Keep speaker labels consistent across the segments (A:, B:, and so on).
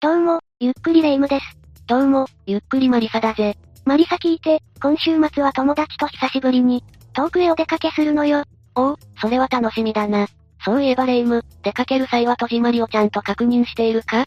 A: どうも、ゆっくりレ夢ムです。
B: どうも、ゆっくりマリサだぜ。
A: マリサ聞いて、今週末は友達と久しぶりに、遠くへお出かけするのよ。
B: おお、それは楽しみだな。そういえばレ夢ム、出かける際は戸締まりをちゃんと確認しているか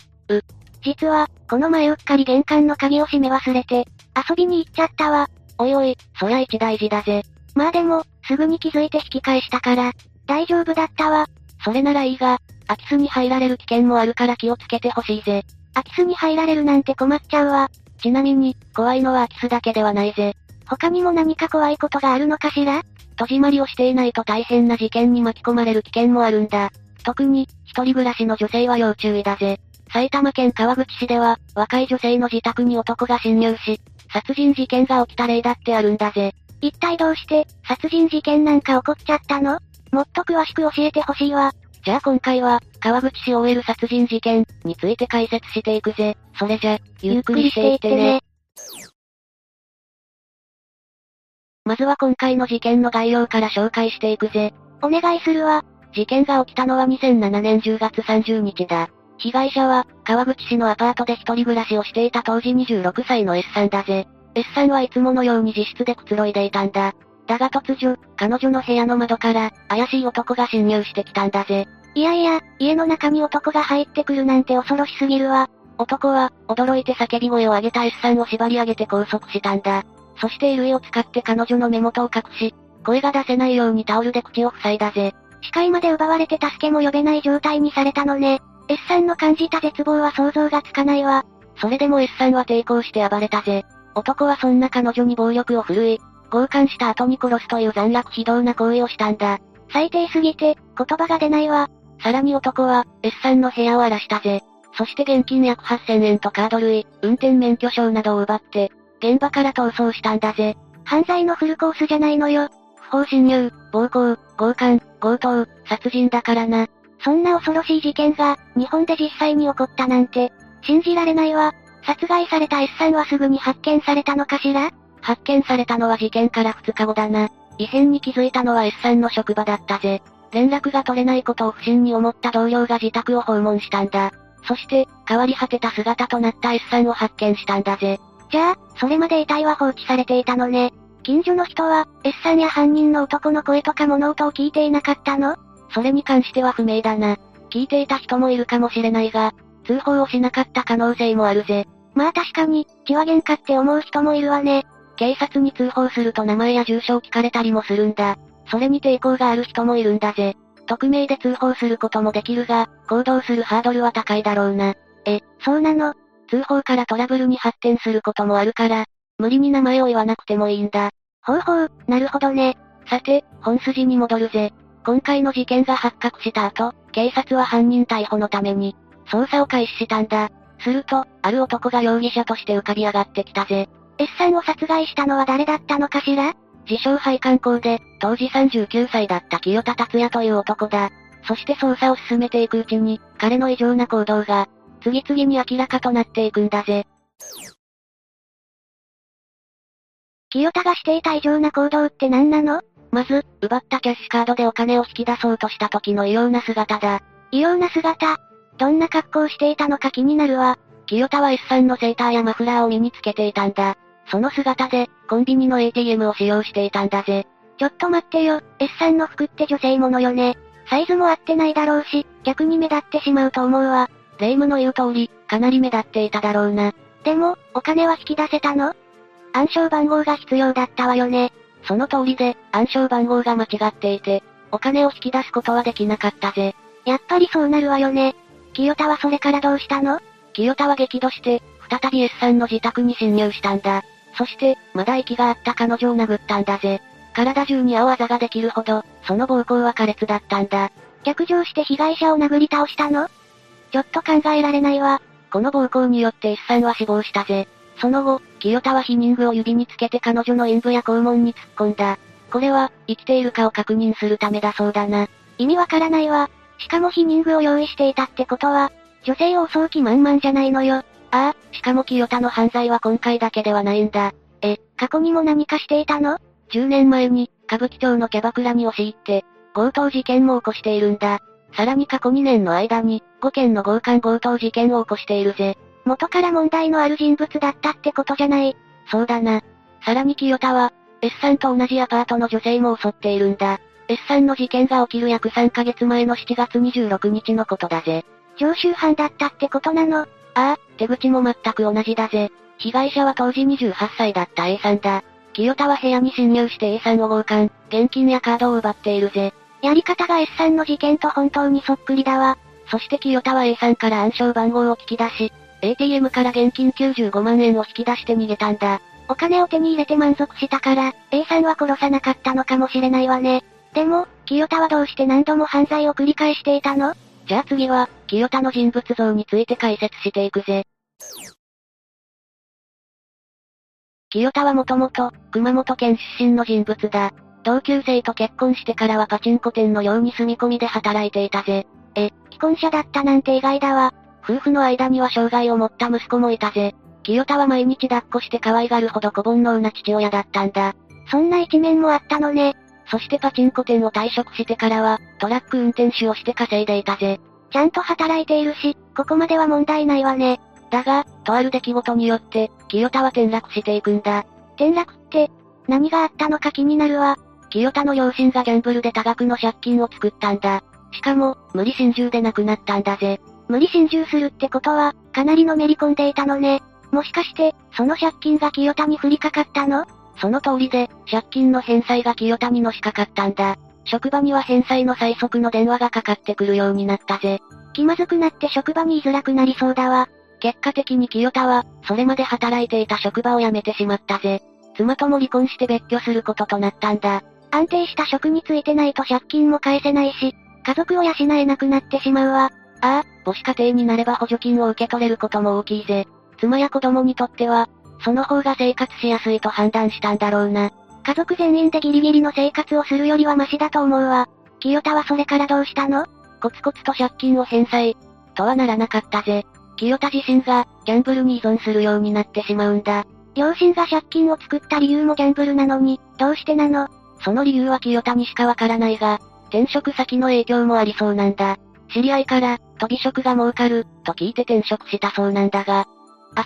A: 実は、この前うっかり玄関の鍵を閉め忘れて、遊びに行っちゃったわ。
B: おいおい、そりゃ一大事だぜ。
A: まあでも、すぐに気づいて引き返したから、大丈夫だったわ。
B: それならいいが、空き巣に入られる危険もあるから気をつけてほしいぜ。
A: 空き巣に入られるなんて困っちゃうわ。
B: ちなみに、怖いのは空き巣だけではないぜ。
A: 他にも何か怖いことがあるのかしら
B: 戸締まりをしていないと大変な事件に巻き込まれる危険もあるんだ。特に、一人暮らしの女性は要注意だぜ。埼玉県川口市では、若い女性の自宅に男が侵入し、殺人事件が起きた例だってあるんだぜ。
A: 一体どうして、殺人事件なんか起こっちゃったのもっと詳しく教えてほしいわ。
B: じゃあ今回は、川口市 OL 殺人事件について解説していくぜ。それじゃ、ゆっくりしていってね。。まずは今回の事件の概要から紹介していくぜ。
A: お願いするわ。
B: 事件が起きたのは2007年10月30日だ。被害者は、川口市のアパートで一人暮らしをしていた当時26歳の S さんだぜ。S さんはいつものように自室でくつろいでいたんだ。だが突如、彼女の部屋の窓から、怪しい男が侵入してきたんだぜ。
A: いやいや、家の中に男が入ってくるなんて恐ろしすぎるわ。
B: 男は、驚いて叫び声を上げた S さんを縛り上げて拘束したんだ。そして衣類を使って彼女の目元を隠し、声が出せないようにタオルで口を塞いだぜ。
A: 視界まで奪われて助けも呼べない状態にされたのね。S さんの感じた絶望は想像がつかないわ。
B: それでも S さんは抵抗して暴れたぜ。男はそんな彼女に暴力を振るい、強姦した後に殺すという残虐非道な行為をしたんだ。
A: 最低すぎて、言葉が出ないわ。
B: さらに男は、S さんの部屋を荒らしたぜ。そして現金約8000円とカード類、運転免許証などを奪って、現場から逃走したんだぜ。
A: 犯罪のフルコースじゃないのよ。
B: 不法侵入、暴行、強姦、強盗、殺人だからな。
A: そんな恐ろしい事件が、日本で実際に起こったなんて、信じられないわ。殺害された S さんはすぐに発見されたのかしら
B: 発見されたのは事件から2日後だな。異変に気づいたのは S さんの職場だったぜ。連絡が取れないことを不審に思った同僚が自宅を訪問したんだ。そして、変わり果てた姿となった S さんを発見したんだぜ。
A: じゃあ、それまで遺体は放置されていたのね。近所の人は、S さんや犯人の男の声とか物音を聞いていなかったの
B: それに関しては不明だな。聞いていた人もいるかもしれないが、通報をしなかった可能性もあるぜ。
A: まあ確かに、血は喧嘩って思う人もいるわね。
B: 警察に通報すると名前や住所を聞かれたりもするんだ。それに抵抗がある人もいるんだぜ。匿名で通報することもできるが、行動するハードルは高いだろうな。
A: そうなの。
B: 通報からトラブルに発展することもあるから、無理に名前を言わなくてもいいんだ。
A: ほうほう、なるほどね。
B: さて、本筋に戻るぜ。今回の事件が発覚した後、警察は犯人逮捕のために、捜査を開始したんだ。すると、ある男が容疑者として浮かび上がってきたぜ。
A: S さんを殺害したのは誰だったのかしら
B: 自称配管工で、当時39歳だった清田達也という男だ。そして捜査を進めていくうちに、彼の異常な行動が、次々に明らかとなっていくんだぜ。
A: 清田がしていた異常な行動って何なの
B: まず、奪ったキャッシュカードでお金を引き出そうとした時の異様な姿だ。
A: 異様な姿。どんな格好をしていたのか気になるわ。
B: 清田は S さんのセーターやマフラーを身につけていたんだ。その姿で、コンビニの ATM を使用していたんだぜ。
A: ちょっと待ってよ、S さんの服って女性ものよね。サイズも合ってないだろうし、逆に目立ってしまうと思うわ。
B: レイムの言う通り、かなり目立っていただろうな。
A: でも、お金は引き出せたの暗証番号が必要だったわよね。
B: その通りで、暗証番号が間違っていて、お金を引き出すことはできなかったぜ。
A: やっぱりそうなるわよね。清田はそれからどうしたの
B: 清田は激怒して、再び S さんの自宅に侵入したんだ。そして、まだ息があった彼女を殴ったんだぜ。体中に青あざができるほど、その暴行は苛烈だったんだ。
A: 逆上して被害者を殴り倒したのちょっと考えられないわ。
B: この暴行によって S さんは死亡したぜ。その後、清田はヒニングを指につけて彼女の陰部や肛門に突っ込んだ。これは、生きているかを確認するためだそうだな。
A: 意味わからないわ。しかもヒニングを用意していたってことは、女性を襲う気満々じゃないのよ。
B: ああ、しかも清田の犯罪は今回だけではないんだ。
A: 過去にも何かしていたの
B: 10年前に、歌舞伎町のキャバクラに押し入って、強盗事件も起こしているんだ。さらに過去2年の間に、5件の強姦強盗事件を起こしているぜ。
A: 元から問題のある人物だったってことじゃない。
B: そうだな。さらに清田は、S さんと同じアパートの女性も襲っているんだ。S さんの事件が起きる約3ヶ月前の7月26日のことだぜ。
A: 常習犯だったってことなの。
B: ああ、手口も全く同じだぜ。被害者は当時28歳だった A さんだ。清田は部屋に侵入して A さんを強姦、現金やカードを奪っているぜ。
A: やり方が S さんの事件と本当にそっくりだわ。
B: そして清田は A さんから暗証番号を聞き出し、ATM から現金95万円を引き出して逃げたんだ。
A: お金を手に入れて満足したから、A さんは殺さなかったのかもしれないわね。でも、清田はどうして何度も犯罪を繰り返していたの
B: じゃあ次は、清田の人物像について解説していくぜ。清田はもともと、熊本県出身の人物だ。同級生と結婚してからはパチンコ店のように住み込みで働いていたぜ。
A: え、既婚者だったなんて意外だわ。
B: 夫婦の間には障害を持った息子もいたぜ。清田は毎日抱っこして可愛がるほど小煩悩な父親だったんだ。
A: そんな一面もあったのね。
B: そしてパチンコ店を退職してからは、トラック運転手をして稼いでいたぜ。
A: ちゃんと働いているし、ここまでは問題ないわね。
B: だが、とある出来事によって、清田は転落していくんだ。
A: 転落って、何があったのか気になるわ。
B: 清田の両親がギャンブルで多額の借金を作ったんだ。しかも、無理心中で亡くなったんだぜ。
A: 無理心中するってことは、かなりのめり込んでいたのね。もしかして、その借金が清田に降りかかったの
B: その通りで、借金の返済が清田にのしかかったんだ。職場には返済の最速の電話がかかってくるようになったぜ。
A: 気まずくなって職場に居づらくなりそうだわ。
B: 結果的に清田は、それまで働いていた職場を辞めてしまったぜ。妻とも離婚して別居することとなったんだ。
A: 安定した職についてないと借金も返せないし、家族を養えなくなってしまうわ。
B: ああ、母子家庭になれば補助金を受け取れることも大きいぜ。妻や子供にとっては、その方が生活しやすいと判断したんだろうな。
A: 家族全員でギリギリの生活をするよりはマシだと思うわ。清田はそれからどうしたの
B: コツコツと借金を返済、とはならなかったぜ。清田自身が、ギャンブルに依存するようになってしまうんだ。
A: 両親が借金を作った理由もギャンブルなのに、どうしてなの
B: その理由は清田にしかわからないが、転職先の影響もありそうなんだ。知り合いから、飛び職が儲かる、と聞いて転職したそうなんだが、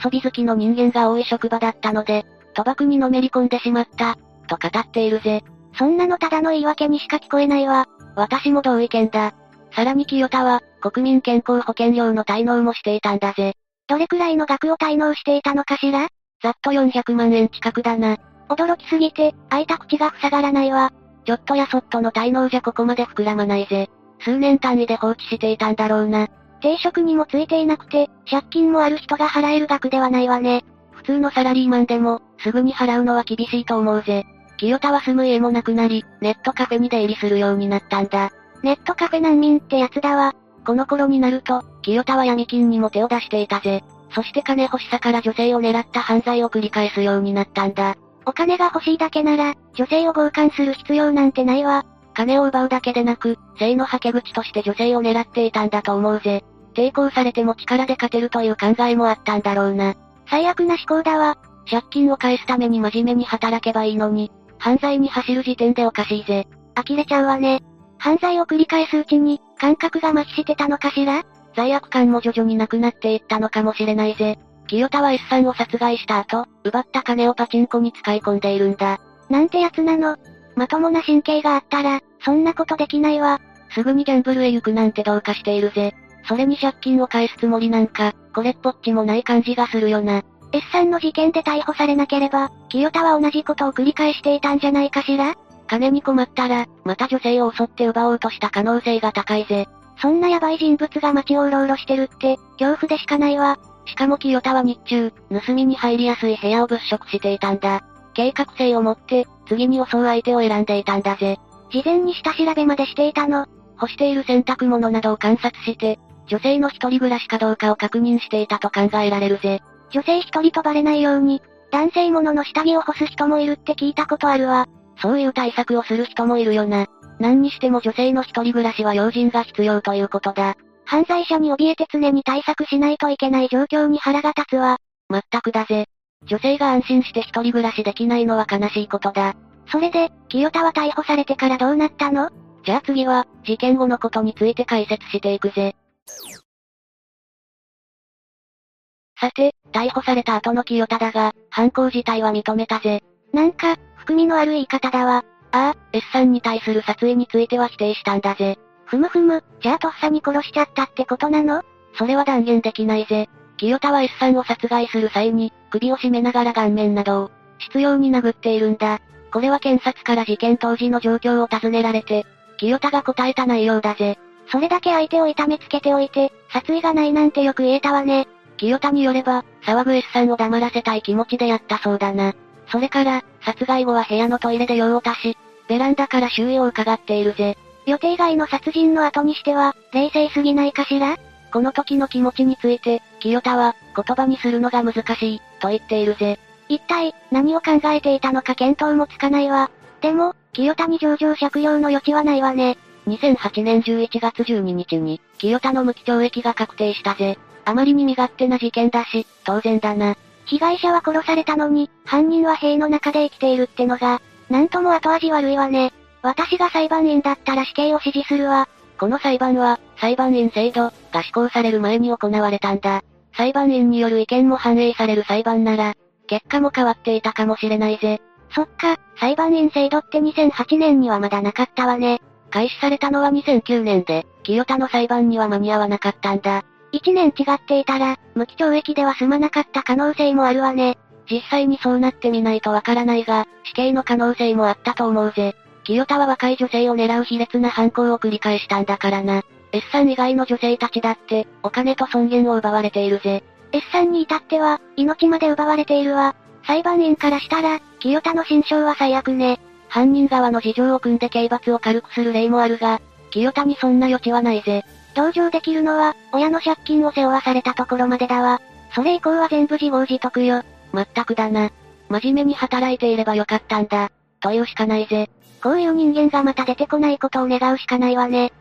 B: 遊び好きの人間が多い職場だったので、賭博にのめり込んでしまった、と語っているぜ。
A: そんなのただの言い訳にしか聞こえないわ。
B: 私も同意見だ。さらに清田は、国民健康保険料の滞納もしていたんだぜ。
A: どれくらいの額を滞納していたのかしら
B: ざっと400万円近くだな。
A: 驚きすぎて、開いた口が塞がらないわ。
B: ちょっとやそっとの滞納じゃここまで膨らまないぜ。数年単位で放置していたんだろうな。
A: 定職にもついていなくて、借金もある人が払える額ではないわね。
B: 普通のサラリーマンでも、すぐに払うのは厳しいと思うぜ。清田は住む家もなくなり、ネットカフェに出入りするようになったんだ。
A: ネットカフェ難民ってやつだわ。
B: この頃になると、清田は闇金にも手を出していたぜ。そして金欲しさから女性を狙った犯罪を繰り返すようになったんだ。
A: お金が欲しいだけなら、女性を強姦する必要なんてないわ。
B: 金を奪うだけでなく、性の吐け口として女性を狙っていたんだと思うぜ。抵抗されても力で勝てるという考えもあったんだろうな。
A: 最悪な思考だわ。
B: 借金を返すために真面目に働けばいいのに、犯罪に走る時点でおかしいぜ。
A: 呆れちゃうわね。犯罪を繰り返すうちに、感覚が麻痺してたのかしら
B: 罪悪感も徐々になくなっていったのかもしれないぜ。清田は S さんを殺害した後、奪った金をパチンコに使い込んでいるんだ。
A: なんてやつなの。まともな神経があったら、そんなことできないわ。
B: すぐにギャンブルへ行くなんてどうかしているぜ。それに借金を返すつもりなんか、これっぽっちもない感じがするよな。
A: S さんの事件で逮捕されなければ、清田は同じことを繰り返していたんじゃないかしら
B: 金に困ったら、また女性を襲って奪おうとした可能性が高いぜ。
A: そんなヤバい人物が街をうろうろしてるって、恐怖でしかないわ。
B: しかも清田は日中、盗みに入りやすい部屋を物色していたんだ。計画性を持って、次に襲う相手を選んでいたんだぜ。
A: 事前に下調べまでしていたの。
B: 干している洗濯物などを観察して、女性の一人暮らしかどうかを確認していたと考えられるぜ。
A: 女性一人とバレないように、男性物の下着を干す人もいるって聞いたことあるわ。
B: そういう対策をする人もいるよな。何にしても女性の一人暮らしは用心が必要ということだ。
A: 犯罪者に怯えて常に対策しないといけない状況に腹が立つわ。
B: まったくだぜ。女性が安心して一人暮らしできないのは悲しいことだ。
A: それで、清田は逮捕されてからどうなったの
B: じゃあ次は、事件後のことについて解説していくぜ。さて、逮捕された後の清田だが、犯行自体は認めたぜ。
A: なんか、含みのある言い方だわ。
B: ああ、S さんに対する殺意については否定したんだぜ。
A: ふむふむ、じゃあとっさに殺しちゃったってことなの
B: それは断言できないぜ。清田は S さんを殺害する際に、首を絞めながら顔面などを、執拗に殴っているんだ。これは検察から事件当時の状況を尋ねられて、清田が答えた内容だぜ。
A: それだけ相手を痛めつけておいて、殺意がないなんてよく言えたわね。
B: 清田によれば、沢具 S さんを黙らせたい気持ちでやったそうだな。それから、殺害後は部屋のトイレで用を足し、ベランダから周囲を伺っているぜ。
A: 予定外の殺人の後にしては、冷静すぎないかしら
B: この時の気持ちについて、清田は、言葉にするのが難しい、と言っているぜ。
A: 一体、何を考えていたのか見当もつかないわ。でも、清田に上場借用の余地はないわね。
B: 2008年11月12日に、清田の無期懲役が確定したぜ。あまりに身勝手な事件だし、当然だな。
A: 被害者は殺されたのに、犯人は塀の中で生きているってのが、なんとも後味悪いわね。私が裁判員だったら死刑を指示するわ。
B: この裁判は、裁判員制度が施行される前に行われたんだ。裁判員による意見も反映される裁判なら、結果も変わっていたかもしれないぜ。
A: そっか、裁判員制度って2008年にはまだなかったわね。
B: 開始されたのは2009年で、清田の裁判には間に合わなかったんだ。
A: 1年違っていたら、無期懲役では済まなかった可能性もあるわね。
B: 実際にそうなってみないとわからないが、死刑の可能性もあったと思うぜ。清田は若い女性を狙う卑劣な犯行を繰り返したんだからな。S さん以外の女性たちだって、お金と尊厳を奪われているぜ。
A: S さんに至っては、命まで奪われているわ。裁判員からしたら、清田の心象は最悪ね。
B: 犯人側の事情を組んで刑罰を軽くする例もあるが、清田にそんな余地はないぜ。
A: 同情できるのは、親の借金を背負わされたところまでだわ。それ以降は全部自業自得よ。
B: まったくだな。真面目に働いていればよかったんだ。というしかないぜ。
A: こういう人間がまた出てこないことを願うしかないわね。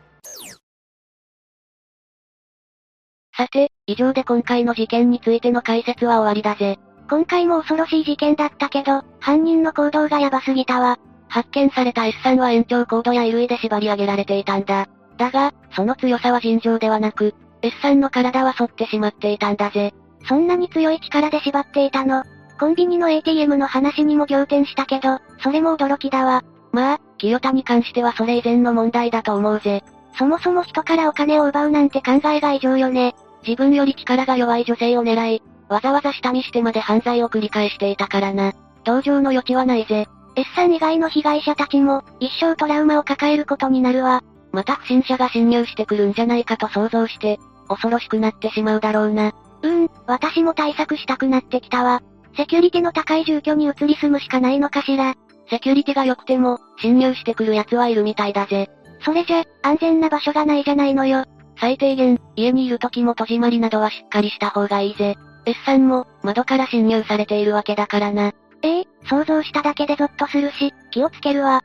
B: さて、以上で今回の事件についての解説は終わりだぜ。
A: 今回も恐ろしい事件だったけど、犯人の行動がヤバすぎたわ。
B: 発見された S さんは延長コードや衣類で縛り上げられていたんだ。だが、その強さは尋常ではなく、S さんの体は反ってしまっていたんだぜ。
A: そんなに強い力で縛っていたの。コンビニの ATM の話にも仰天したけど、それも驚きだわ。
B: まあ、清田に関してはそれ以前の問題だと思うぜ。
A: そもそも人からお金を奪うなんて考えが異常よね。
B: 自分より力が弱い女性を狙い、わざわざ下見してまで犯罪を繰り返していたからな。同情の余地はないぜ。
A: S さん以外の被害者たちも、一生トラウマを抱えることになるわ。
B: また不審者が侵入してくるんじゃないかと想像して、恐ろしくなってしまうだろうな。
A: うーん、私も対策したくなってきたわ。セキュリティの高い住居に移り住むしかないのかしら。
B: セキュリティが良くても、侵入してくる奴はいるみたいだぜ。
A: それじゃ、安全な場所がないじゃないのよ。
B: 最低限、家にいる時も戸締まりなどはしっかりした方がいいぜ。S さんも、窓から侵入されているわけだからな。
A: ええ想像しただけでゾッとするし、気をつけるわ。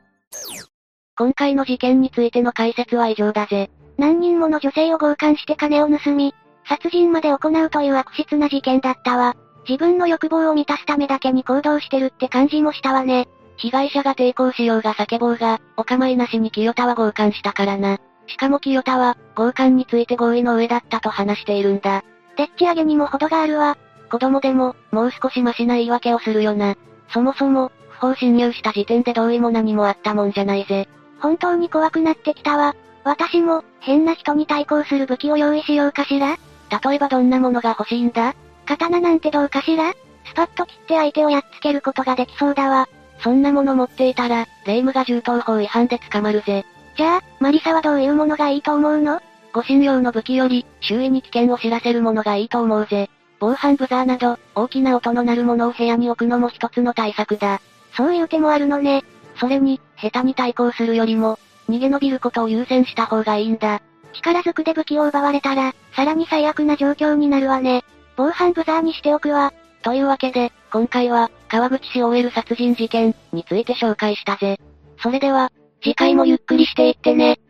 B: 今回の事件についての解説は以上だぜ。
A: 何人もの女性を強姦して金を盗み、殺人まで行うという悪質な事件だったわ。自分の欲望を満たすためだけに行動してるって感じもしたわね。
B: 被害者が抵抗しようが叫ぼうが、お構いなしに清田は強姦したからな。しかも清田は、強姦について合意の上だったと話しているんだ。
A: でっち上げにも程があるわ。
B: 子供でも、もう少しマシな言い訳をするよな。そもそも、不法侵入した時点で同意も何もあったもんじゃないぜ。
A: 本当に怖くなってきたわ。私も、変な人に対抗する武器を用意しようかしら
B: 例えばどんなものが欲しいんだ
A: 刀なんてどうかしらスパッと切って相手をやっつけることができそうだわ。
B: そんなもの持っていたら、霊イムが銃刀法違反で捕まるぜ。
A: じゃあ、マリサはどういうものがいいと思うの
B: 護身用の武器より、周囲に危険を知らせるものがいいと思うぜ。防犯ブザーなど、大きな音の鳴るものを部屋に置くのも一つの対策だ。
A: そういう手もあるのね。
B: それに、下手に対抗するよりも、逃げ延びることを優先した方がいいんだ。
A: 力ずくで武器を奪われたら、さらに最悪な状況になるわね。防犯ブザーにしておくわ。
B: というわけで、今回は、川口市 OL 殺人事件について紹介したぜ。それでは、
A: 次回もゆっくりしていってね。